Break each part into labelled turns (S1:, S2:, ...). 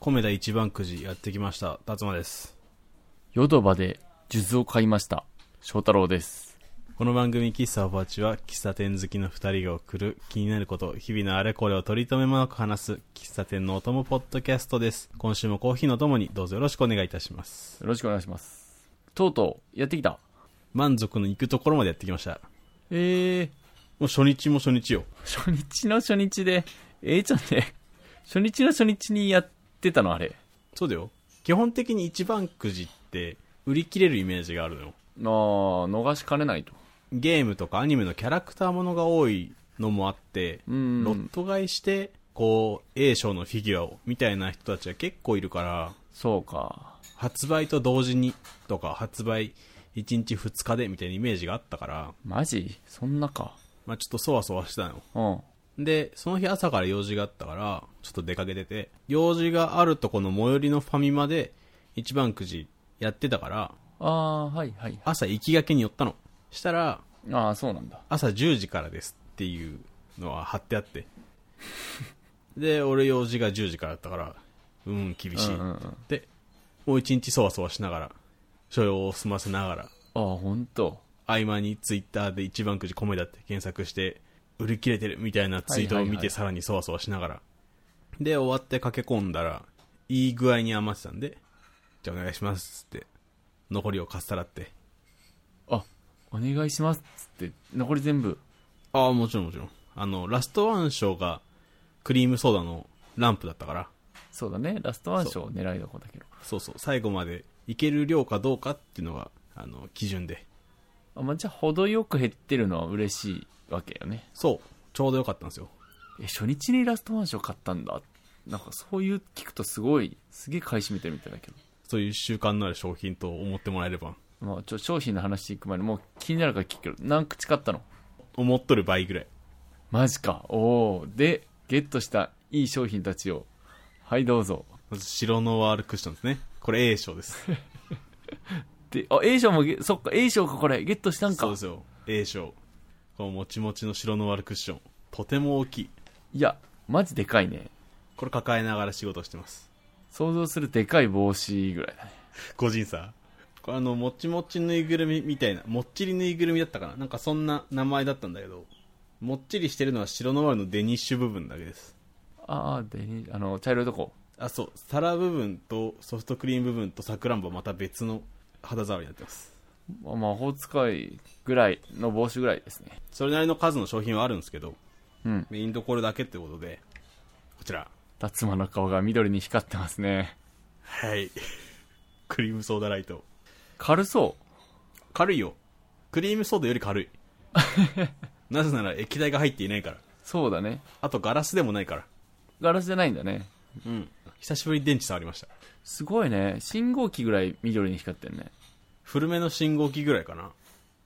S1: 米田一番くじやってきました。辰馬です。
S2: ヨドバで数珠を買いました。翔太郎です。
S1: この番組、喫茶おばちは、喫茶店好きの二人が送る気になること、日々のあれこれを取り留めもなく話す、喫茶店のお供ポッドキャストです。今週もコーヒーのともに、どうぞよろしくお願いいたします。
S2: よろしくお願いします。とうとう、やってきた。
S1: 満足のいくところまでやってきました。
S2: えー、
S1: もう初日も初日よ。
S2: 初日の初日で、えー、ちゃんね、初日の初日にやってたのあれ。
S1: そうだよ。基本的に一番くじって、売り切れるイメージがあるのよ。
S2: あー、逃しかねないと。
S1: ゲームとかアニメのキャラクターものが多いのもあって、
S2: うん
S1: ロット買いして、こう、A 賞のフィギュアを、みたいな人たちは結構いるから、
S2: そうか。
S1: 発売と同時にとか、発売1日2日でみたいなイメージがあったから、
S2: マジそんなか。
S1: まあちょっとそわそわしてたの。
S2: うん。
S1: で、その日朝から用事があったから、ちょっと出かけてて、用事があるとこの最寄りのファミマで、一番くじやってたから、
S2: あー、はいはい。
S1: 朝行きがけに寄ったの。したら、
S2: あー、そうなんだ。
S1: 朝10時からですっていうのは貼ってあ って。で、俺用事が10時からだったから、うん、厳しい。
S2: うんうんうん
S1: で、もう一日そわそわしながら、所要を済ませながら、
S2: あー、ほんと。
S1: 合間にツイッターで一番くじ米だって検索して、売り切れてるみたいなツイートを
S2: はい
S1: 見
S2: はいは
S1: て
S2: い
S1: さらにそわそわしながら。で、終わって駆け込んだら、いい具合に余ってたんで、じゃあお願いしますって、残りをかっさらって。
S2: あ、お願いします。つって、残り全部。
S1: ああ、もちろんもちろん。あの、ラストワンショーが、クリームソーダのランプだったから、
S2: そうだね。ラストワン賞狙いどこだけど。
S1: そうそう、最後までいける量かどうかっていうのが、あの、基準で。
S2: あ、まあ、じゃあ、程よく減ってるのは嬉しいわけよね。
S1: そう、ちょうどよかったんですよ。
S2: え初日にラストワン賞買ったんだなんかそういう聞くとすごいすげえ買い占めてるみたいだけど
S1: そういう習慣のある商品と思ってもらえれば、
S2: まあちょ商品の話行く前にもう気になるから聞くけど何口買ったの
S1: 思っとる倍ぐらい。
S2: マジかおおでゲットしたいい商品たちをはいどうぞ
S1: まず、白のワールクッションですね。これ A 賞です。
S2: であ A 賞もゲそっか A 賞かこれゲットしたんか
S1: そうですよ。A 賞。このもちもちの白のワールクッション。とても大きい。
S2: いやマジでかいね
S1: これ抱えながら仕事してます。
S2: 想像するでかい帽子ぐらいだね
S1: 個人差これあのもちもちぬいぐるみみたいなもっちりぬいぐるみだったかななんかそんな名前だったんだけどもっちりしてるのは白の丸のデニッシュ部分だけです
S2: ああでにあの茶色いとこ
S1: あそう皿部分とソフトクリーム部分とさくらんぼはまた別の肌触りになってます
S2: まあ魔法使いぐらいの帽子ぐらいですね
S1: それなりの数の商品はあるんですけど
S2: うん
S1: メインどころだけってことでこちら
S2: 達馬の顔が緑に光ってますね
S1: はい クリームソーダライト
S2: 軽そう
S1: 軽いよクリームソーダより 軽いなぜなら液体が入っていないから
S2: そうだね。
S1: あとガラスでもないから
S2: ガラスじゃないんだね。
S1: うん。久しぶりに電池触りました。
S2: すごいね。信号機ぐらい緑に光ってるね。
S1: 古めの信号機ぐらいかな。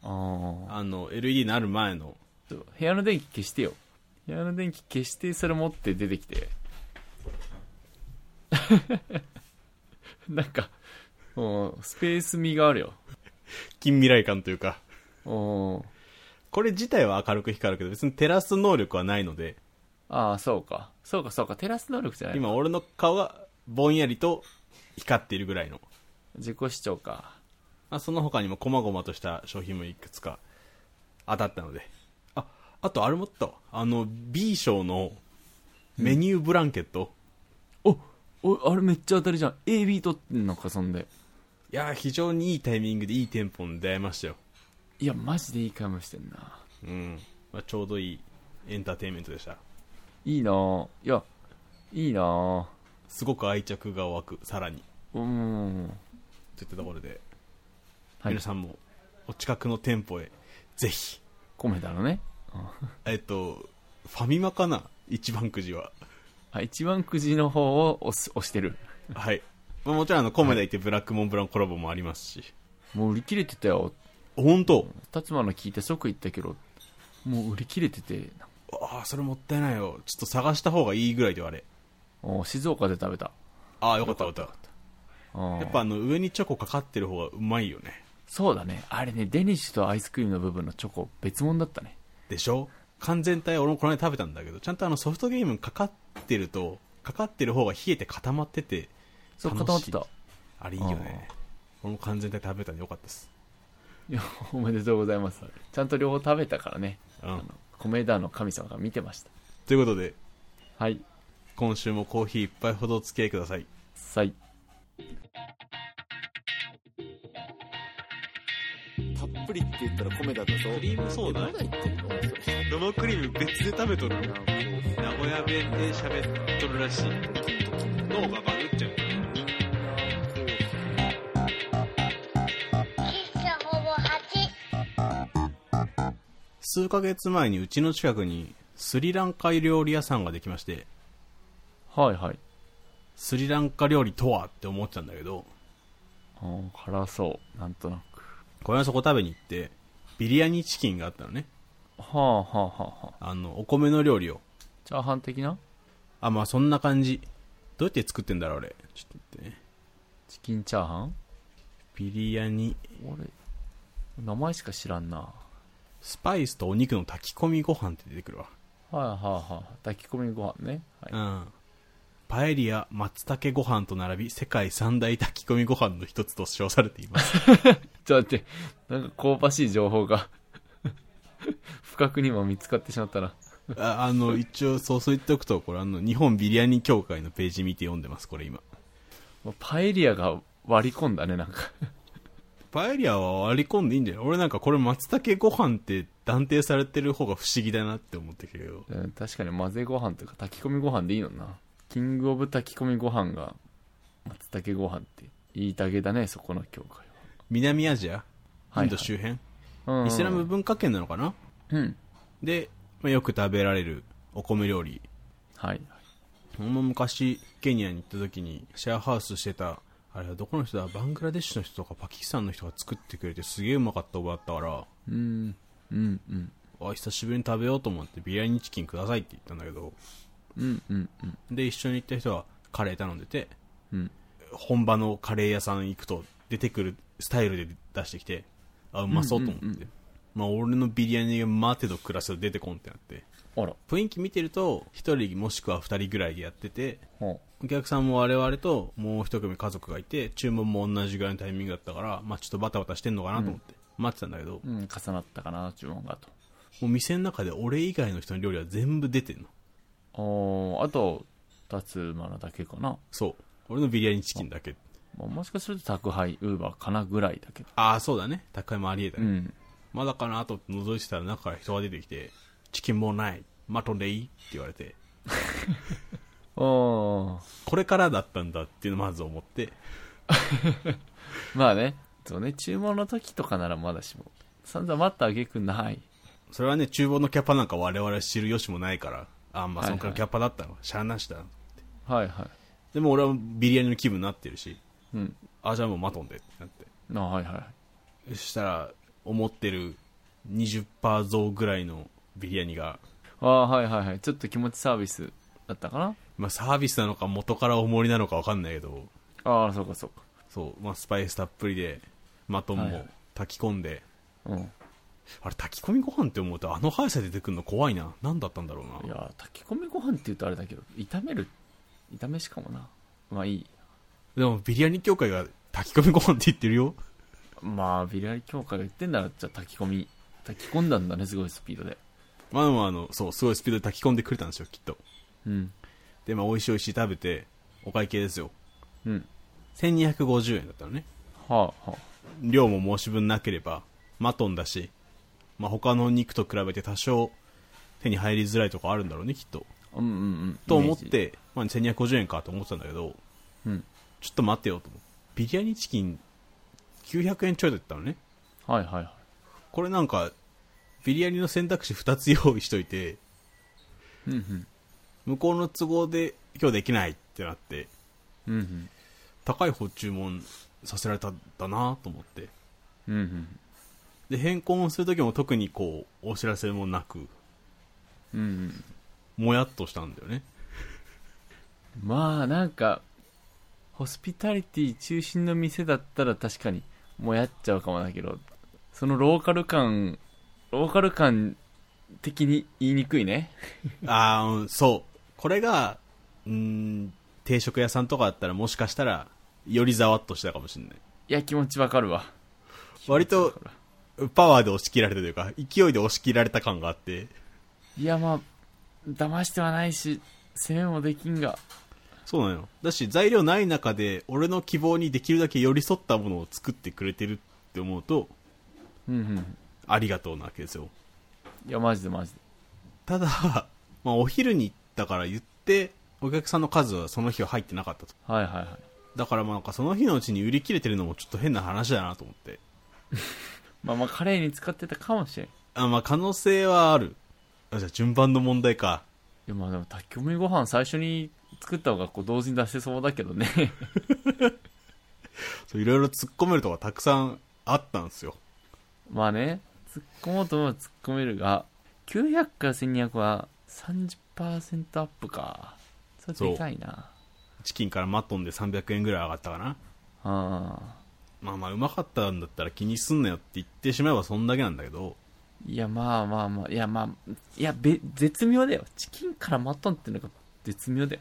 S2: ああ。
S1: あの、LED になる前の。
S2: ちょっと部屋の電気消してよ。部屋の電気消して、それ持って出てきて。 なんか、もう、スペース味があるよ。
S1: 近未来感というか。
S2: おー
S1: これ自体は明るく光るけど、別に照らす能力はないので、
S2: ああ、そうか。そうか、そうか。テラス能力じゃない。
S1: 今俺の顔がぼんやりと光っているぐらいの。
S2: 自己主張か。
S1: まあ、その他にも細々とした商品もいくつか当たったので。あ、あとあれ持ったわあの、B 賞のメニューブランケット。
S2: おお、あれめっちゃ当たりじゃん。AB 取ってんのか、そんで。
S1: いやー、非常にいいタイミングでいいテンポに出会いましたよ。
S2: いや、マジでいい買い物してんな。
S1: うん。まあ、ちょうどいいエンターテインメントでした。
S2: いいなぁ。いや、いいなぁ。
S1: すごく愛着が湧くさらに
S2: うん。
S1: といったところで、
S2: はい
S1: 皆。さんもお近くの店舗へぜひ
S2: 米だろね。
S1: えっとファミマかな一番くじは
S2: あ、一番くじの方を押す押してる。
S1: はい、まあ、もちろんあのコメダ行ってブラックモンブランコラボもありますし
S2: もう売り切れてたよ。
S1: 本当
S2: 達馬の聞いて即言ったけど、もう売り切れてて、
S1: ああそれもったいないよちょっと探した方がいいぐらいではあれ
S2: お静岡で食べた。
S1: ああよかったよかった
S2: や
S1: やっぱあの上にチョコかかってる方がうまいよね
S2: そうだね。あれね、デニッシュとアイスクリームの部分のチョコ、別物だったね。
S1: でしょ完全体俺もこの間食べたんだけどちゃんとあのソフトゲームかかってるとかかってる方が冷えて固まってて
S2: そう
S1: 楽しい
S2: 固まってた
S1: あれいいよね俺も完全体食べたんでよかったです
S2: いやおめでとうございますちゃんと両方食べたからね
S1: う
S2: あの
S1: ん
S2: 米田の神様が見てました
S1: ということで
S2: はい
S1: 今週もコーヒー一杯ほどお付き合いください
S2: さい
S3: たっぷりって言ったら米だったぞ。ク
S1: リームソーダ
S3: 言ってんの
S1: 生クリーム別で食べとる名古屋弁で喋っとるらしい脳がバグっちゃう
S4: Isca Robo Hatchet.
S1: 数ヶ月前にうちの近くにスリランカ料理屋さんができまして
S2: はいはい
S1: スリランカ料理とはって思ってたんだけど
S2: あー辛そうなんとなく
S1: これはそこ食べに行ってビリヤニチキンがあったのね
S2: はあはあはあはあ
S1: あのお米の料理を
S2: チャーハン的な
S1: あまあそんな感じどうやって作ってんだろう俺ちょっと待ってね
S2: チキンチャーハン
S1: ビリヤニ
S2: 俺名前しか知らんなは
S1: スパイスとお肉の炊き込みご飯って出てくるわ
S2: いはいはい炊き込みご飯ね、はい
S1: うんパエリア松茸ご飯と並び世界三大炊き込みご飯の一つと称されています
S2: ちょっと待ってなんか香ばしい情報が 不覚にも見つかってしまったな
S1: ああの一応そうそう言っておくとこれあの日本ビリヤニ協会のページ見て読んでますこれ今
S2: もうパエリアが割り込んだねなんか
S1: パエリアは割り込んでいいんじゃない俺なんかこれ松茸ご飯って断定されてる方が不思議だなって思ってるけど
S2: うん確かに混ぜご飯とか炊き込みご飯でいいのになキングオブ炊き込みご飯が松茸ご飯って言いたげだねそこの教会は
S1: 南アジア
S2: はい
S1: インド周辺、
S2: うん
S1: イスラム文化圏なのかな
S2: うん
S1: で、まあ、よく食べられるお米料理
S2: はい
S1: ほんま昔ケニアに行った時にシェアハウスしてたあれはどこの人だバングラデシュの人とかパキスタンの人が作ってくれてすげえうまかった覚えあったから
S2: うんうんうん
S1: あ久しぶりに食べようと思ってビリヤニチキンくださいって言ったんだけど
S2: うんうんうん
S1: で一緒に行った人はカレー頼んでて
S2: うん
S1: 本場のカレー屋さん行くと出てくるスタイルで出してきてあうまそうと思って、
S2: うんうんうん
S1: まあ、俺のビリヤニが待てど暮らせど出てこんってなって
S2: あら
S1: 雰囲気見てると1人もしくは2人ぐらいでやってて
S2: ほ
S1: お客さんも我々ともう一組家族がいて注文も同じぐらいのタイミングだったから、まあ、ちょっとバタバタしてんのかなと思って、待ってたんだけど、
S2: う、うん、重なったかな注文がと
S1: もう店の中で俺以外の人の料理は全部出てんの
S2: おーあと立馬なだけかな、
S1: そう俺のビリヤニチキンだけ
S2: まあ、もしかすると宅配ウーバーかなぐらいだけど
S1: ああそうだね高いもありえた
S2: う
S1: ね、
S2: ん
S1: まだかなと思って覗いてたら中から人が出てきて「チキンもうない待とんでいい?」って言われて
S2: おー
S1: これからだったんだっていうのをまず思って
S2: まあねそうね注文の時とかならまだしも散々待ったあげくない
S1: それはね厨房のキャパなんか我々知る由もないからあーまあそのくらいキャパだったの、しゃあなしだな
S2: はいはい
S1: でも俺はビリヤニの気分になってるし
S2: うん
S1: あじゃあもう待とんでってなっ
S2: あはいはい
S1: てそしたら思ってる20%増ぐらいのビリヤニが、
S2: ああはいはいはいちょっと気持ちサービスだったかな
S1: まあ、サービスなのか元からおもりなのか分かんないけど
S2: ああそうかそうか
S1: そう、まあ、スパイスたっぷりでマトン
S2: はい
S1: も
S2: はい
S1: 炊き込んで、
S2: うん
S1: あれ炊き込みご飯って思うとあの速さで出てくるの怖いな何だったんだろう
S2: い
S1: な
S2: やー炊き込みご飯って言うとあれだけど炒める炒めしかもなまあいい
S1: でもビリヤニ協会が炊き込みご飯って言ってるよ
S2: まあビリヤリ協会が言ってんならじゃあ炊き込み炊き込んだんだねすごいスピードで
S1: まあでもあのそうすごいスピードで炊き込んでくれたんですよきっと
S2: うん
S1: でまあ美味しい美味しい食べてお会計ですよ
S2: うん
S1: 1250円だったのね
S2: はあはあ
S1: 量も申し分なければマトンだし、まあ、他の肉と比べて多少手に入りづらいとこあるんだろうねきっと
S2: うんうんうん
S1: と思っ
S2: イメージ
S1: て、まあ、1250円かと思ってたんだけど
S2: うん
S1: ちょっと待ってよと思ってビリヤニチキン900円ちょいだったのね
S2: はいはいはい
S1: これなんかビリヤニの選択肢2つ用意しといて
S2: うんうん
S1: 向こうの都合で今日できないってなって
S2: うんうん
S1: 高い方注文させられたんだなと思って
S2: うんうん
S1: で変更する時も特にこうお知らせもなく
S2: うんうん
S1: もやっとしたんだよね
S2: まあなんかホスピタリティ中心の店だったら確かにもやっちゃうかもだけどそのローカル感ローカル感的に言いにくいね
S1: ああ、うんそう。これが、うーん定食屋さんとかだったらもしかしたらよりざわっとしたかもしれない
S2: いや、気持ちわかるわ。
S1: 割とパワーで押し切られたというか勢いで押し切られた感があって
S2: いや、まあ、騙してはないし、攻めもできんが。
S1: そうなのだし材料ない中で俺の希望にできるだけ寄り添ったものを作ってくれてるって思うと
S2: うんうん。
S1: ありがとうなわけですよ
S2: いや、マジでマジで。
S1: ただ、 まあ、お昼に行ったから言ってお客さんの数はその日は入ってなかったと
S2: はいはいはい。
S1: だからまあなんかその日のうちに売り切れてるのもちょっと変な話だなと思って
S2: まあまあ、カレーに使ってたかもしれん。い
S1: あまあ可能性はあるあじゃあ順番の問題か
S2: や、まあでも、炊き込みご飯最初に作った方がこう同時に出せそうだけどね。
S1: そういろいろ突っ込めるとこたくさんあったんですよ
S2: まあね、突っ込もうと思えば突っ込めるが、900から1200は30%アップか。それでかいな。
S1: チキンからマトンで300円ぐらい上がったかな
S2: ああ。
S1: まあまあうまかったんだったら気にすんなよって言ってしまえばそんだけなんだけど
S2: いや、まあまあまあ、いや、まあ、いや、べ、絶妙だよ。チキンからマトンってのが絶妙だよ。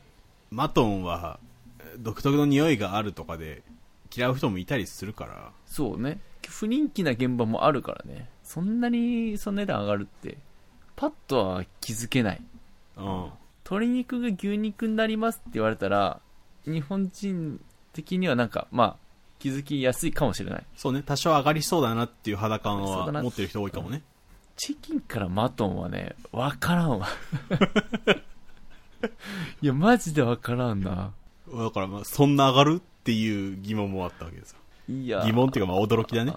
S1: マトンはえー独特の匂いがあるとかで嫌う人もいたりするから
S2: そうね。不人気な現場もあるからね。そんなに、その値段上がるって、パッとは気づけない。
S1: うん
S2: 鶏肉が牛肉になりますって言われたら、日本人的にはなんか、まあ、気づきやすいかもしれない。
S1: そうね多少上がりそうだなっていう肌感
S2: そう
S1: は
S2: だな
S1: 持ってる人多いかもね
S2: チキンからマトンはね、わから んわ。いや、マジでわからんな。
S1: だからまあそんな上がるっていう疑問もあったわけですよ
S2: いや。
S1: 疑問っていうかまあ驚きだね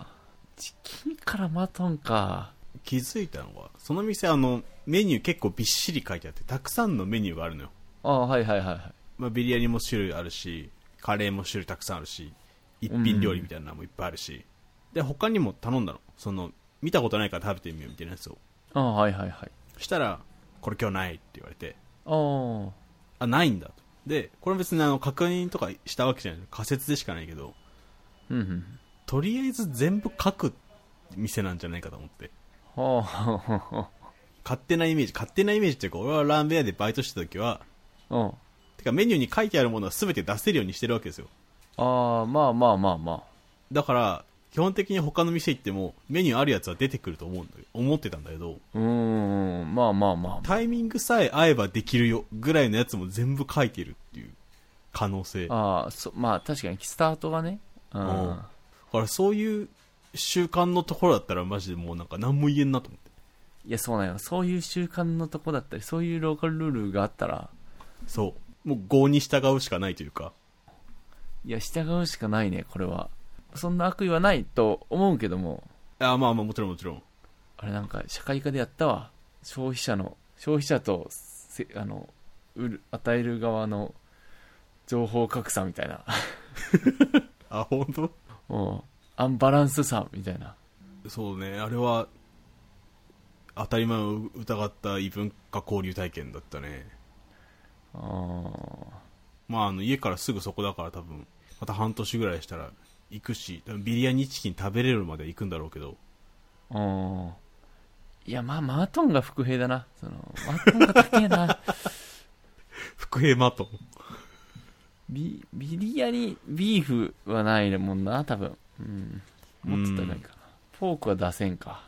S2: チキンからマトンか。
S1: 気づいたのはその店あのメニュー結構びっしり書いてあってたくさんのメニューがあるのよ、
S2: ああ、はいはいはいはい。
S1: まあ、ビリヤニも種類あるしカレーも種類たくさんあるし一品料理みたいなのもいっぱいあるし、で他にも頼んだのその見たことないから食べてみようみたいなやつを
S2: ああ、はいはいはい。
S1: したらこれ今日ないって言われて
S2: あ
S1: あないんだとでこれ別にあの確認とかしたわけじゃない仮説でしかないけど
S2: あ、うんうん。
S1: とりあえず全部書く店なんじゃないかと思って
S2: はあはあ は
S1: 勝手なイメージ勝手なイメージっていうか俺はラーメン屋でバイトしてた時は
S2: あ。うん。
S1: てかメニューに書いてあるものは全て出せるようにしてるわけですよ
S2: ああ、まあまあまあま
S1: だから基本的に他の店行ってもメニューあるやつは出てくると思うんだ思ってたんだけど
S2: あ。うーん、まあまあま
S1: タイミングさえ合えばできるよぐらいのやつも全部書いてるっていう可能性
S2: あ。ああ、そ、まあ確かにスタートがね。う
S1: うん
S2: ん。
S1: だからそういう習慣のところだったらマジでもうなんか何も言えんなと思って
S2: いや、そうなんよ。そういう習慣のとこだったり、そういうローカルルールがあったら、
S1: そうもう業に従うしかないというか
S2: いや、従うしかないね、これは。そんな悪意はないと思うけども、
S1: あまあまあもちろんもちろん
S2: あれなんか、社会科でやったわ。消費者の、消費者と、せあの、売る、与える側の情報格差みたいな。
S1: あ本当
S2: うん。アンバランスさみたいな。
S1: そうねあれは当たり前を疑った異文化交流体験だったね
S2: あー
S1: まああの家からすぐそこだから多分また半年ぐらいしたら行くし多分ビリヤニチキン食べれるまで行くんだろうけど
S2: うん。いや、まあ、マートンが伏兵だな。その、マートンが高えな。
S1: 福平マト
S2: ビ、ビリヤニ、ビーフはないもんな、多分。うん。もっと高いかな。ポークは出せんか。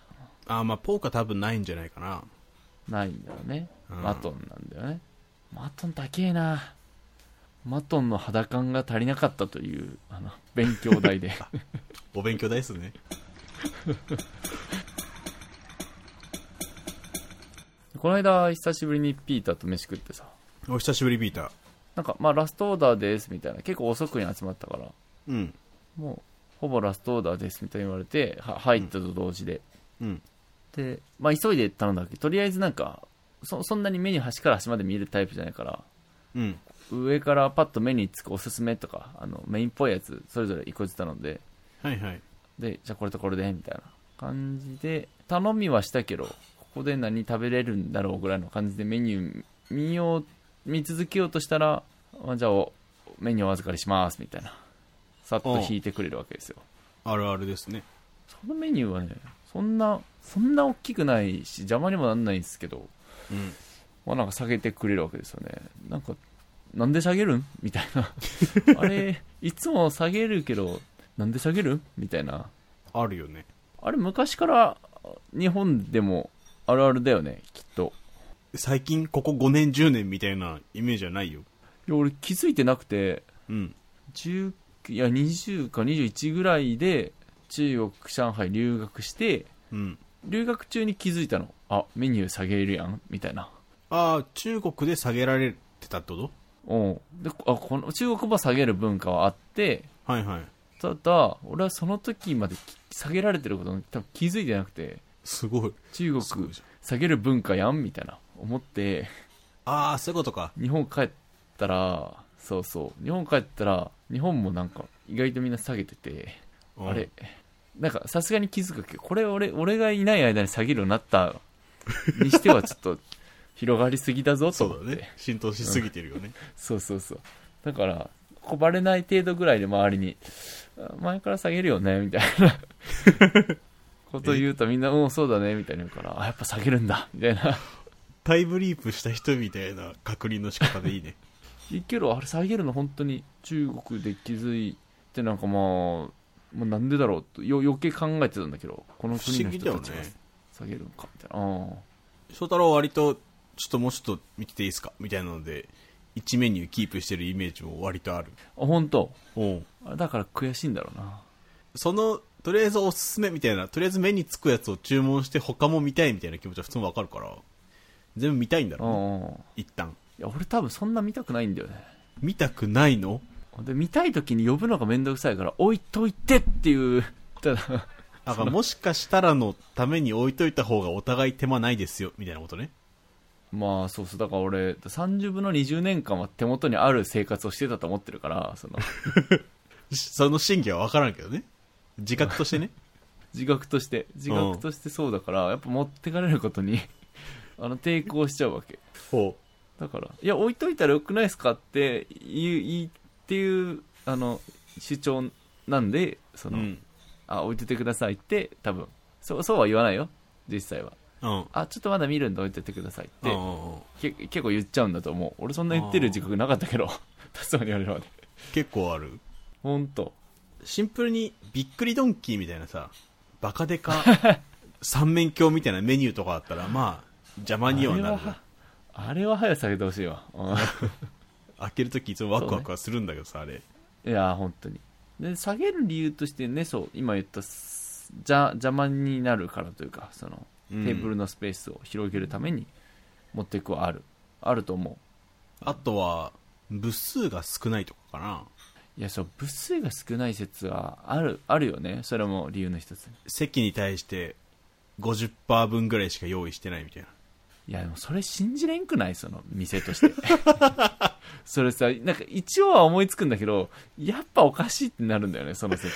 S1: あまあポーカー多分ないんじゃないかな
S2: ないんだよね。
S1: うん
S2: マトンなんだよね。マトン高えな。マトンの肌感が足りなかったという、あの、勉強代で。
S1: お勉強大ですね
S2: この間、久しぶりにピーターと飯食ってさ。
S1: お久しぶりビーター
S2: なんか、まあ、ラストオーダーです、みたいな。結構遅くに集まったから。
S1: うん
S2: もう、ほぼラストオーダーですみたいに言われて、は入ったと同時で。
S1: うん
S2: で、まあ、急いで頼んだわけどとりあえずなんか、そそんなに目に端から端まで見えるタイプじゃないから、
S1: うん
S2: 上からパッと目につくおすすめとか、あの、メインっぽいやつ、それぞれ一個ずつ頼んで、
S1: はいはい
S2: で、じゃあこれとこれで、みたいな感じで、頼みはしたけど、ここで何食べれるんだろうぐらいの感じでメニュー見よう、見続けようとしたら、あじゃあおメニューお預かりします、みたいな。さっと引いてくれるわけですよ。
S1: あるあるですね
S2: そのメニューはね、そんな、そんな大きくないし、邪魔にもなんないんですけど、
S1: うん
S2: まあなんか下げてくれるわけですよね。なんか、なんで下げるんみたいなあれいつも下げるけどなんで下げるみたいな
S1: あるよね。
S2: あれ昔から日本でもあるあるだよねきっと
S1: 最近ここ5年10年みたいなイメージはないよ。
S2: いや俺気づいてなくて
S1: うん。
S2: 19いや20か21ぐらいで中国上海留学して
S1: うん。
S2: 留学中に気づいたのあメニュー下げるやんみたいな
S1: ああ、中国で下げられてたってこと
S2: うんであこの中国も下げる文化はあって
S1: はいはい。
S2: ただ俺はその時までき下げられてることに多分気づいてなくて
S1: すごい。
S2: 中
S1: すごい
S2: 国
S1: じゃん
S2: 下げる文化やんみたいな思って
S1: ああ、そういうことか。
S2: 日本帰ったらそうそう日本帰ったら日本もなんか意外とみんな下げてて
S1: うん
S2: あれなんかさすがに気づくけどこれ俺俺がいない間に下げるようになったにしてはちょっと広がりすぎだぞと
S1: そ
S2: 思っ
S1: う
S2: て
S1: だね。浸透しすぎてるよね。
S2: そうそうそう。だから、こばれない程度ぐらいで周りに、あ前から下げるよね、みたい なこと言うとみんな、うん、そうだね、みたいに言うから、あ、やっぱ下げるんだ、みたいな。
S1: タイムリープした人みたいな確認の仕方でいいね。
S2: 一キロ、あれ下げるの本当に中国で気づいて、なんかまあ、もうなんでだろうと、よ余計考えてたんだけど、この
S1: 不
S2: 国
S1: 思
S2: の
S1: 議だ
S2: 人
S1: よ
S2: たちが
S1: ね。
S2: 下げるんか、みたいな。うん
S1: 翔太郎は割と、ちょっともうちょっと見てていいですかみたいなので、1メニューキープしてるイメージも割とある。
S2: あ、本当
S1: うん。
S2: あだから悔しいんだろうな。
S1: その、とりあえずおすすめみたいな、とりあえず目につくやつを注文して他も見たいみたいな気持ちは普通にわかるから、全部見たいんだ
S2: う
S1: ろうね、
S2: んうん。
S1: 一旦。
S2: いや、俺多分そんな見たくないんだよね。
S1: 見たくないの
S2: で見たい時に呼ぶのがめんどくさいから置いといてっていう ただ
S1: だからもしかしたらのために置いといた方がお互い手間ないですよ、みたいなことね。
S2: まあそうそうだから俺30分の20年間は手元にある生活をしてたと思ってるからその
S1: しその真偽はわからんけどね。自覚としてね。
S2: 自覚として自覚としてそうだからやっぱ持ってかれることに あの抵抗しちゃうわけ
S1: ほ。
S2: だからいや置いといたらよくないですかっていういいっていうあの主張なんでそう
S1: う
S2: の、
S1: ん。
S2: あ置いといてくださいって多分そうそうは言わないよ実際は
S1: うん。
S2: あちょっとまだ見るんで置いといてくださいって、
S1: うんうんうん
S2: け結構言っちゃうんだと思う俺そんな言ってる自覚なかったけど 達也に言われるまで
S1: 結構ある。
S2: 本当
S1: シンプルに、びっくりドンキーみたいなさ、バカデカ、 三面鏡みたいなメニューとかあったら、まあ、邪魔にはなるな。
S2: あれは早く下げてほしいわう
S1: 開けるときいつもワクワクはするんだけどさ、あれ。
S2: んいやー本当にで下げる理由としてねそう今言ったすじゃ邪魔になるからというかその
S1: テ
S2: テーブルのスペースを広げるために持っていくはあるあると思
S1: あとは、部数が少ないとかかな。
S2: ういやそう部数が少ない説はあるあるよねそれも理由の一つに
S1: 席に対して50%分ぐらいしか用意してないみたいな。
S2: いやでもそれ信じれんくないその店として それさなんか一応は思いつくんだけどやっぱおかしいってなるんだよねその説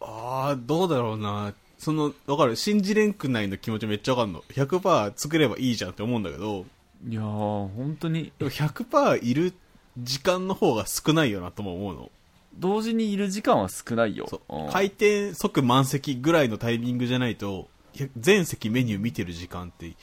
S1: ああ、どうだろうな。その、わかる。信じれんくないの気持ちめっちゃわかんの。100%作ればいいじゃんって思うんだけど、
S2: いやー本当に
S1: でも100%いる時間の方が少ないよなとも思うの。
S2: 同時にいる時間は少ないよ
S1: そ
S2: うん
S1: う。開店即満席ぐらいのタイミングじゃないと、いや全席メニュー見てる時間って、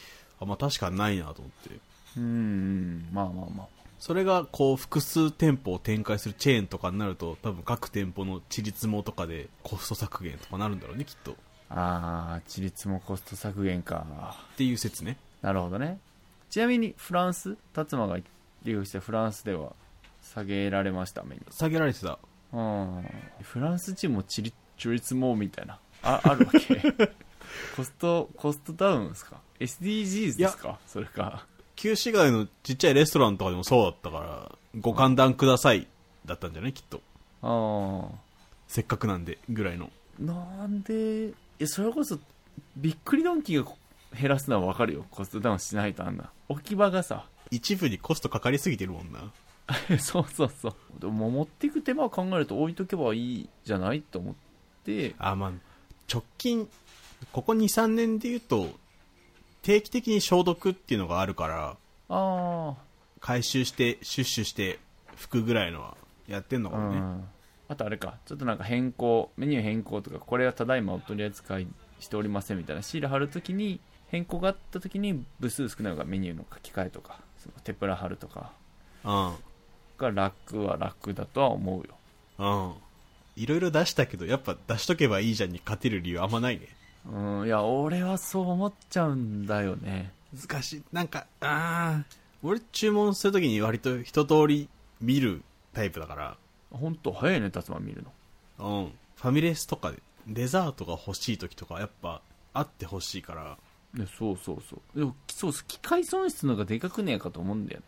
S1: あ、まあ確かにないなと思って。
S2: うんまあまあまあ
S1: それがこう複数店舗を展開するチェーンとかになると多分各店舗のちりつもとかでコスト削減とかなるんだろうねきっとっ
S2: ああ自立もコスト削減か
S1: ていう説ね
S2: なるほどねちなみにフランス辰馬が留学してフランスでは下げられましたメニュー
S1: 下げられてた
S2: うんフランス人もチリチリツモーみたいなああるわけ コストコストダウンですか SDGs ですかそれか
S1: 旧市街のちっちゃいレストランとかでもそうだったからご勘断くださいだったんじゃないきっと
S2: あ
S1: せっかくなんでぐらいの
S2: あなんでいやそれこそびっくりドンキーが減らすのはわかるよコストダウンしないとあんな置き場がさ
S1: 一部にコストかかりすぎてるもんな
S2: そうそうそうでも持っていく手間を考えると置いとけばいいじゃないと思って
S1: あまあ直近ここ23年で言うと定期的に消毒っていうのがあるから
S2: あ
S1: 回収してシュッシュして拭くぐらいのはやってんの
S2: あ、う
S1: かもね、
S2: んあとあれかちょっとなんか変更メニュー変更とかこれはただいまお取り扱いしておりませんみたいなシール貼るときに変更があったときに部数少ないのがメニューの書き換えとかそのテプラ貼るとか
S1: うん
S2: が楽は楽だとは思うよ
S1: うん。いろいろ出したけど、やっぱ出しとけばいいじゃんに勝てる理由あんまないね。
S2: うんいや俺はそう思っちゃうんだよね
S1: 難しい。なんか、あー俺注文するときに割と一通り見るタイプだから、
S2: 本当早いね達馬見るの
S1: うん。ファミレスとかでデザートが欲しいときとかやっぱあってほしいから、
S2: ねそうそうそうでもそうそう機械損失のがでかくねえかと思うんだよね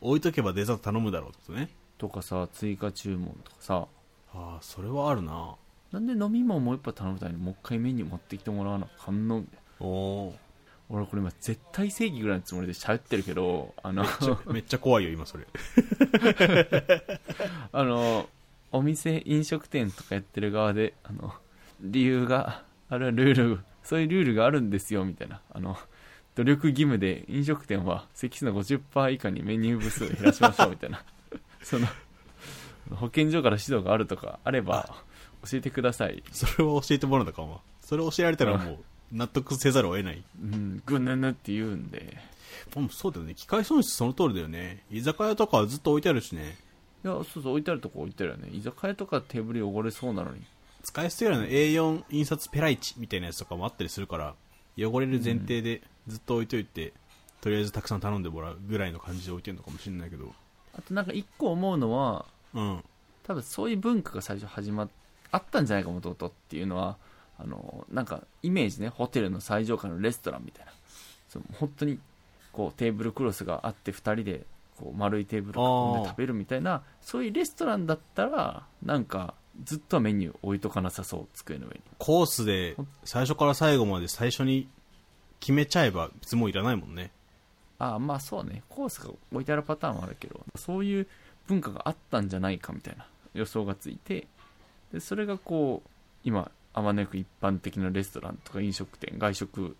S1: 置いとけばデザート頼むだろうってことね。
S2: とかさ追加注文とかさ
S1: ああ、それはあるな。
S2: なんで飲み物もう一杯頼むためにもう一回メニュー持ってきてもらわなあかんのみたいな
S1: おお
S2: 俺これ今絶対正義ぐらいのつもりで喋ってるけどあの
S1: ー。めっちゃ怖いよ、今それ。
S2: あのお店飲食店とかやってる側であの理由があるルールそういうルールがあるんですよみたいなあの努力義務で飲食店は席数の50%以下にメニュー部数を減らしましょうみたいな その保健所から指導があるとかあれば教えてください、
S1: それは教えてもらうのかも。それ教えられたらもう納得せざるを得ない。
S2: うん、ぐぬぬって言うんで
S1: うん、そうだよね。機械損失その通りだよね。居酒屋とかはずっと置いてあるしね。
S2: いやそうそう置いてあるとこ置いてあるよね居酒屋とかテーブル汚れそうなのに
S1: 使い捨て用の A4 印刷ペライチみたいなやつとかもあったりするから汚れる前提でずっと置いといて、とりあえずたくさん頼んでもらうぐらいの感じで置いてるのかもしれないけど
S2: あとなんか一個思うのは
S1: うん
S2: 多分そういう文化が最初始まっあったんじゃないかもともとっていうのはあのなんかイメージねホテルの最上階のレストランみたいなそう本当にこうテーブルクロスがあって2人でこう丸いテーブルを囲んで食べるみたいなそういうレストランだったらなんかずっとはメニュー置いとかなさそう机の上に
S1: コースで最初から最後まで最初に決めちゃえば別にもういらないもんね
S2: ああまあそうねコースが置いてあるパターンはあるけどそういう文化があったんじゃないかみたいな予想がついてでそれがこう今あまねく一般的なレストランとか飲食店外食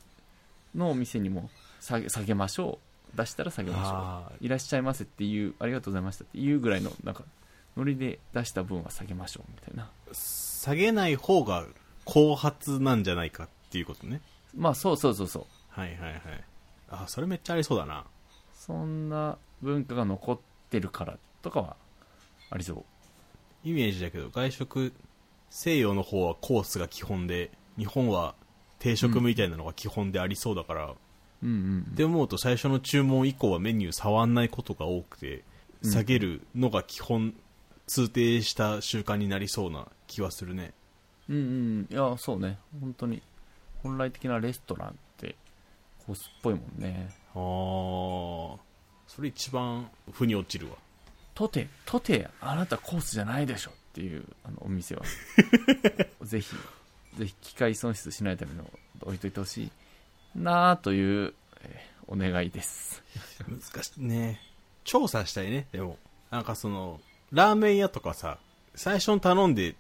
S2: のお店にも下げ下げましょう出したら下げま
S1: あ
S2: しょういらっしゃいませっていうありがとうございましたっていうぐらいのなんかノリで出した分は下げましょうみたいな
S1: 下げない方が後発なんじゃないかっていうことね
S2: まあそうそうそうそう
S1: はいはいはいあそれめっちゃありそうだな
S2: そんな文化が残ってるからとかはありそう
S1: イメージだけど外食西洋の方はコースが基本で日本は定食みたいなのが基本でありそうだから、
S2: うんうんうん
S1: で思うと最初の注文以降はメニュー触んないことが多くて
S2: うん
S1: 下げるのが基本通底した習慣になりそうな気はするね
S2: うんうんいやそうね本当に本来的なレストランってコースっぽいもんね
S1: あーそれ一番腑に落ちるわ
S2: とてとてあなたコースじゃないでしょっていうあのお店はぜひぜひ機械損失しないための置いといてほしいなあという、えーお願いです
S1: 難しいね調査したいねでもなんかそのラーメン屋とかさ最初に頼んで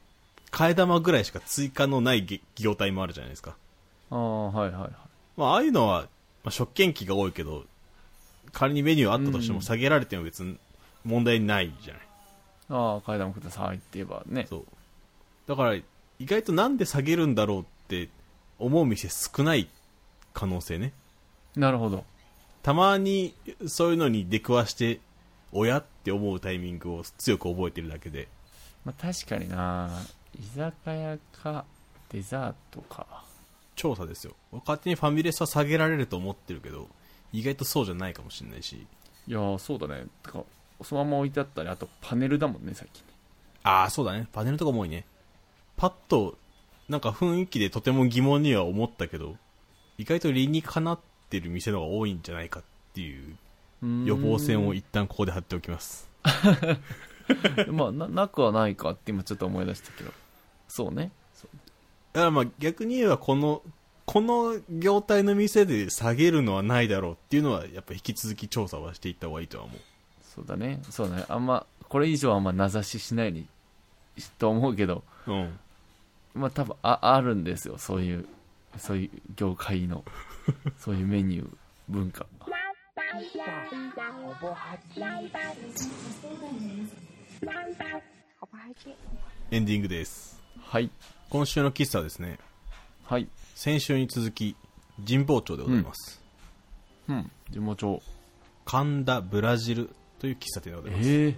S1: 替え玉ぐらいしか追加のないげ業態もあるじゃないですか
S2: ああはいはいはい
S1: まあ、ああいうのは、まあ、食券機が多いけど仮にメニューあったとしても下げられても別に問題ないじゃない、
S2: ああ階段くださいって言えばね
S1: そうだから意外となんで下げるんだろうって思う店少ない可能性ね
S2: なるほど
S1: たまにそういうのに出くわして親って思うタイミングを強く覚えてるだけで
S2: まあ確かにな居酒屋かデザートか
S1: 調査ですよ勝手にファミレスは下げられると思ってるけど意外とそうじゃないかもしれないし
S2: いやーそうだねてかそのまま置いてあったりあとパネルだもんね最近
S1: ああ、そうだね。パネルとかも多いね。パッと、なんか雰囲気でとても疑問には思ったけど、意外と理にかなってる店の方が多いんじゃないかっていう予防線を一旦ここで張っておきます。
S2: まあななくはないかって今ちょっと思い出したけどそうね
S1: だからまあ逆に言えばこの、この業態の店で下げるのはないだろうっていうのは、やっぱ引き続き調査はしていった方がいいとは思う。
S2: そうだねそうだねあんまこれ以上はあんま名指ししないにと思うけど
S1: うん。
S2: まあ多分ああるんですよそういうそういう業界 のそういうメニュー文化
S1: エンディングです。
S2: はい
S1: 今週の喫茶はですね、
S2: はい
S1: 先週に続き、神保町でございます。
S2: うん地元
S1: 神田ブラジルという喫茶店でございます。
S2: ええ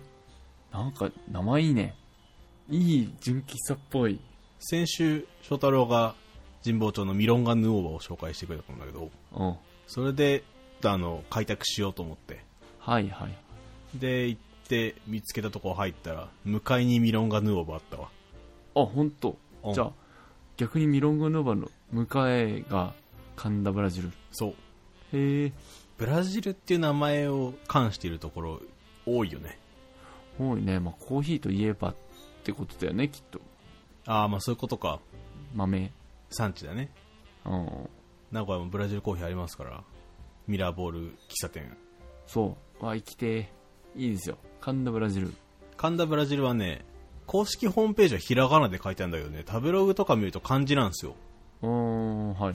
S2: なんか名前いいねいい純喫茶っぽい
S1: 先週翔太郎が神保町のミロンガヌオーバを紹介してくれたんだけど
S2: うん
S1: それであの開拓しようと思って
S2: はいはい
S1: で行って見つけたとこ入ったら向かいにミロンガヌオーバあったわ
S2: あ本当
S1: うん
S2: じゃあ逆にミロングノバの向かいが神田ブラジル
S1: そう
S2: へえ
S1: ブラジルっていう名前を冠しているところ多いよね
S2: 多いね、まあ、コーヒーといえばってことだよねきっと
S1: ああまあそういうことか
S2: 豆
S1: 産地だね
S2: うん
S1: 名古屋もブラジルコーヒーありますからミラーボール喫茶店
S2: そうわ生きてえいいですよ神田ブラジル
S1: 神田ブラジルはね公式ホームページはひらがなで書いてあるんだけどね食べログとか見ると漢字なんですよ
S2: うーんはいはい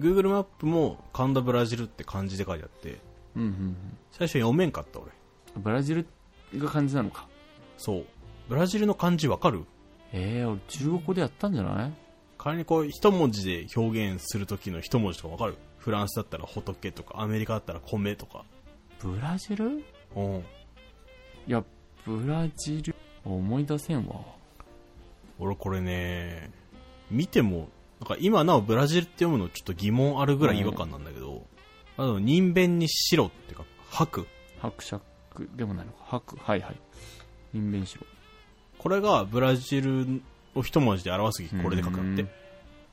S1: Google マップも神田ブラジルって漢字で書いてあって
S2: うんうん、
S1: 最初読めんかった俺
S2: うん、ブラジルが漢字なのか
S1: そうブラジルの漢字わかる
S2: ええ俺中国語でやったんじゃない
S1: 仮にこう一文字で表現する時の一文字とかわかるフランスだったら仏とかアメリカだったら米とか
S2: ブラジルい
S1: うん
S2: やブラジル思い出せんわ
S1: 俺これね見てもなんか今なおブラジルって読むのちょっと疑問あるぐらい違和感なんだけど、あの人弁に白ってか白
S2: 伯爵でもないのか伯はいはい人弁しろ
S1: これがブラジルを一文字で表す時これで書くんだって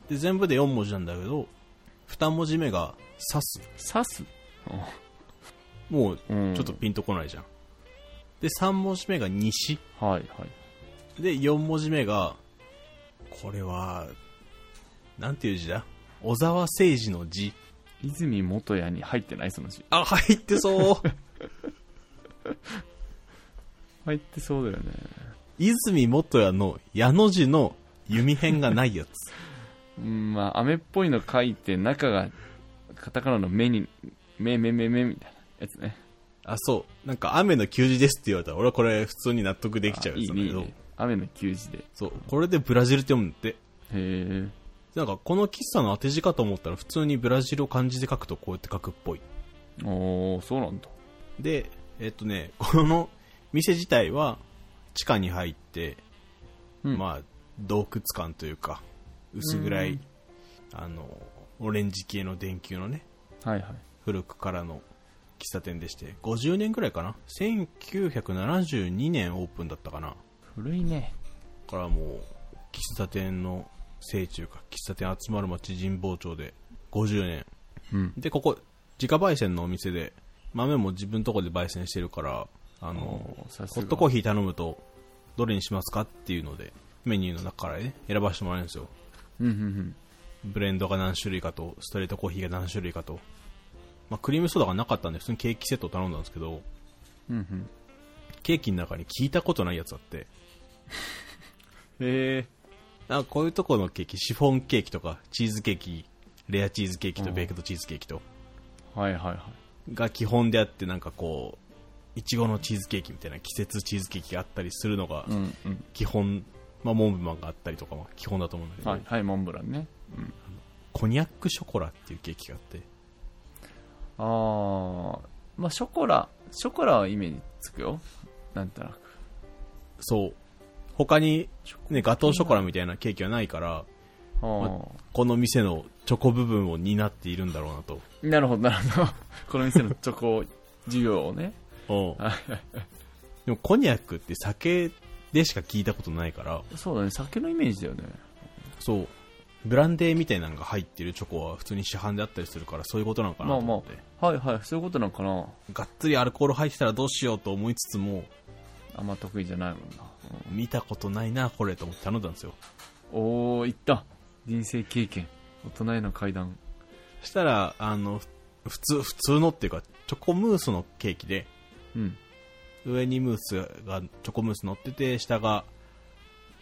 S1: で全部で4文字なんだけど2文字目が「刺す
S2: 刺す」
S1: もう
S2: ちょ
S1: ちょっとピンとこないじゃん、で3文字目が「西
S2: はいはい」
S1: で4文字目がこれはなんていう字だ小沢誠二の字
S2: 泉元也に入ってないその字
S1: あ入ってそう
S2: 入ってそうだよね
S1: 泉元也の矢の字の弓編がないやつ
S2: うんまあ飴っぽいの書いて中がカタカナの目に目目目目みたいなやつね
S1: あそうなんか雨の休字ですって言われたら俺はこれ普通に納得できちゃう
S2: い
S1: やつな
S2: い
S1: ん
S2: ね
S1: だけ
S2: いい
S1: ど
S2: ね雨の給仕でへ
S1: そうこれでブラジルって読むんだって
S2: え
S1: なんかこの喫茶の当て字かと思ったら普通にブラジルを漢字で書くとこうやって書くっぽい
S2: おおそうなんだ
S1: でえっとねこの店自体は地下に入って、
S2: うん
S1: まあ洞窟感というか薄暗い、あのオレンジ系の電球のね
S2: はいはい
S1: 古くからの喫茶店でして50年ぐらいかな1972年オープンだったかなだ
S2: 古いね
S1: からもう喫茶店の聖地というか喫茶店集まる町神保町で50年
S2: うん
S1: でここ自家焙煎のお店で豆も自分とこで焙煎してるからあの
S2: おーさす
S1: ホ
S2: が
S1: ットコーヒー頼むとどれにしますかっていうのでメニューの中からね選ばせてもらえるんですよ
S2: うんうんうん
S1: ブレンドが何種類かとストレートコーヒーが何種類かと、まあ、クリームソーダがなかったんで普通にケーキセットを頼んだんですけど
S2: うんうん
S1: ケーキの中に聞いたことないやつあ って
S2: へえ
S1: なんかこういうとこのケーキシフォンケーキとかチーズケーキレアチーズケーキと
S2: うん
S1: ベイクドチーズケーキと
S2: はいはいはい
S1: が基本であってなんかこういちごのチーズケーキみたいな季節チーズケーキがあったりするのが
S2: うんうん
S1: 基本、まあ、モンブランがあったりとかも基本だと思うんだけど、
S2: はいはいモンブランねうん
S1: コニャックショコラっていうケーキがあって
S2: ああまあショコラショコラはイメージつくよなんとなく
S1: そう他に、ね、ガトーショコラみたいなケーキはないから
S2: あー
S1: この店のチョコ部分を担っているんだろうなと
S2: なるほどなるほど この店のチョコ需要をね
S1: でもコニャックって酒でしか聞いたことないから
S2: そうだね酒のイメージだよね
S1: そうブランデーみたいなのが入ってるチョコは普通に市販であったりするからそういうことなのかなと
S2: まあま
S1: 思
S2: あ
S1: って、
S2: はいはいそういうことなのかな
S1: がっつりアルコール入ってたらどうしようと思いつつも
S2: あんま得意じゃないもんな、
S1: 見たことないなこれと思って頼んだんですよ
S2: おおいった人生経験大人への階段
S1: そしたらあのふ普通普通のっていうかチョコムースのケーキで
S2: うん
S1: 上にムースがチョコムース乗ってて下が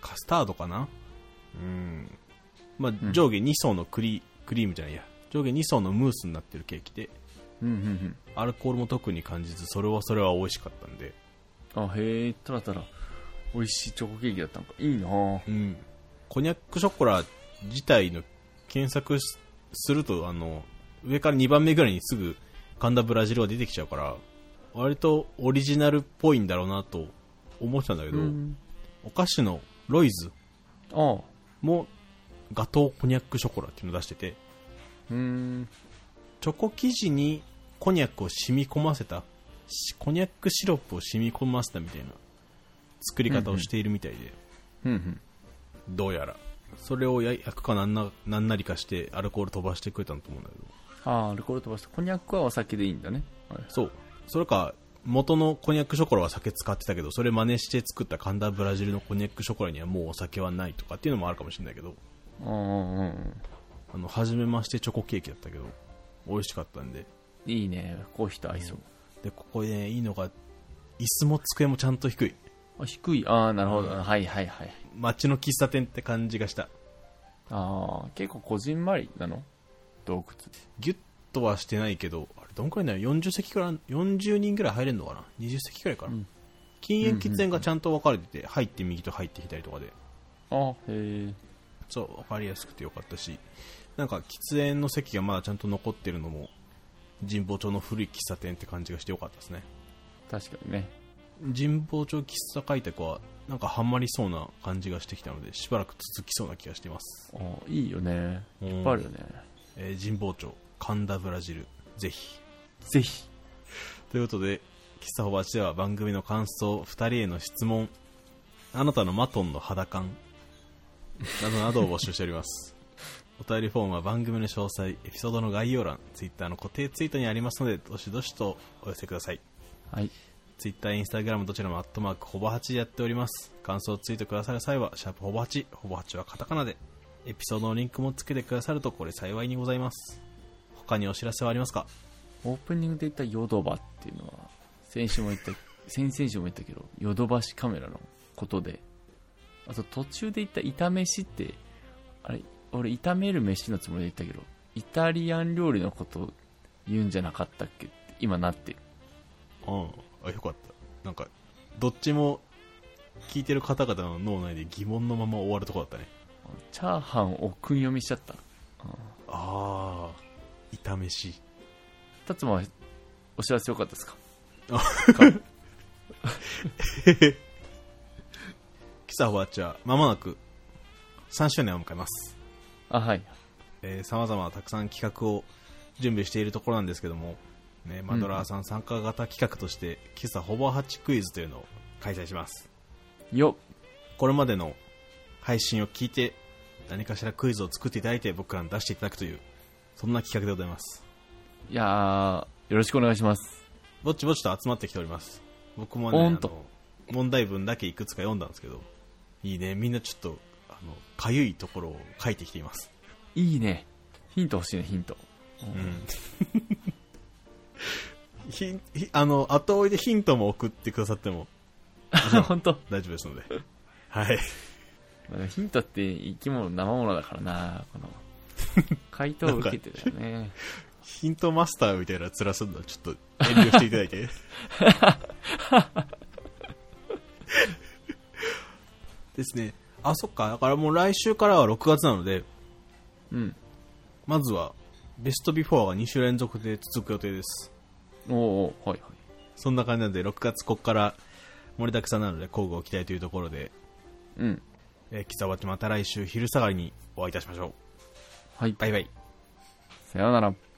S1: カスタードかなうんまあ
S2: ん
S1: 上下2層のクリクリームじゃないや上下2層のムースになってるケーキで
S2: うんうん
S1: アルコールも特に感じずそれはそれは美味しかったんで
S2: うんあへえたらたら美味しいチョコケーキだったのかいいなあ
S1: うんコニャックショコラ自体の検索しするとあの上から2番目ぐらいにすぐ神田ブラジルが出てきちゃうから割とオリジナルっぽいんだろうなと思ってたんだけど、
S2: うん
S1: お菓子のロイズ
S2: ああ
S1: もガトーコニャックショコラっていうのを出してて
S2: うん
S1: チョコ生地にコニャックを染み込ませたしコニャックシロップを染み込ませたみたいな作り方をしているみたいで、
S2: うんうん
S1: どうやらそれを焼くかなんななんなりかしてアルコール飛ばしてくれたんだと思うんだけど
S2: ああアルコール飛ばしてこんにゃくはお酒でいいんだねはい
S1: そうそれか元のコニャックショコラは酒使ってたけどそれ真似して作った神田ブラジルのコニャックショコラにはもうお酒はないとかっていうのもあるかもしれないけど
S2: うんうんうんうん
S1: あの初めましてチョコケーキだったけど美味しかったんで
S2: いいねコーヒーと合いそう
S1: でここで、ね、いいのが椅子も机もちゃんと低い
S2: あ低いああなるほど、はいはいはい
S1: 街の喫茶店って感じがした
S2: ああ結構こじんまりなの洞窟
S1: ギュッとはしてないけどあれどんくらいなの40席から40人ぐらい入れるのかな20席くらいかな、
S2: ん
S1: 禁煙喫煙がちゃんと分かれてて入って右と入って左とかで
S2: あへえ
S1: そう分かりやすくてよかったしなんか喫煙の席がまだちゃんと残ってるのも神保町の古い喫茶店って感じがしてよかったですね
S2: 確かにね
S1: 神保町喫茶開拓はなんかハマりそうな感じがしてきたのでしばらく続きそうな気がしています、
S2: ああいいよね
S1: うん
S2: いっぱいあるよね
S1: えー神保町神田ブラジルぜひ
S2: ぜひ
S1: ということで喫茶ホバチでは番組の感想2人への質問あなたのマトンの肌感などなどを募集しております お便りフォームは番組の詳細エピソードの概要欄ツイッターの固定ツイートにありますのでどしどしとお寄せください
S2: はい
S1: ツイッター、インスタグラムどちらもアットマークほぼ8でやっております。感想をツイートくださる際は、シャープほぼ8、ほぼ8はカタカナで、エピソードのリンクもつけてくださるとこれ幸いにございます。他にお知らせはありますか
S2: オープニングで言ったヨドバっていうのは先週も言った 先々週も言ったけどヨドバシカメラのことであと途中で言った炒飯ってあれ俺炒める飯のつもりで言ったけどイタリアン料理のこと言うんじゃなかったっけって今なってる
S1: うん。あ、よかった。なんか、どっちも聞いてる方々の脳内で疑問のまま終わるとこだったね。
S2: チャーハンを訓読みしちゃった
S1: あー、炒めし。
S2: たつまはお知らせよかったですか
S1: キサホバッチは間もなく3周年を迎えます。
S2: あはい
S1: えー、様々たくさん企画を準備しているところなんですけども、ね、マドラーさん参加型企画として、喫茶ほぼ8クイズというのを開催します。
S2: よ
S1: これまでの配信を聞いて、何かしらクイズを作っていただいて、僕らに出していただくという、そんな企画でございます。
S2: いやーよろしくお願いします
S1: ぼちぼちと集まってきております。僕もね、
S2: お
S1: あ
S2: んと
S1: の問題文だけいくつか読んだんですけど、いいね、みんなちょっと、あの、かゆいところを書いてきています。
S2: いいねヒント欲しいねヒント
S1: うんひひあの後追いでヒントも送ってくださっても
S2: 本当
S1: 大丈夫ですのではい
S2: まあヒントって生き物生物だからなこの回答を受けてだよね
S1: ヒントマスターみたいな面すんのはちょっと遠慮していただいて ですねあそっかだからもう来週からは6月なので
S2: うん
S1: まずはベストビフォーが2週連続で続く予定です
S2: おおうはいはい
S1: そんな感じなので6月ここから盛りだくさんなので交互を期待というところで
S2: うん
S1: えー、キサバチまた来週昼下がりにお会いいたしましょう。
S2: はい
S1: バイバイ。
S2: さようなら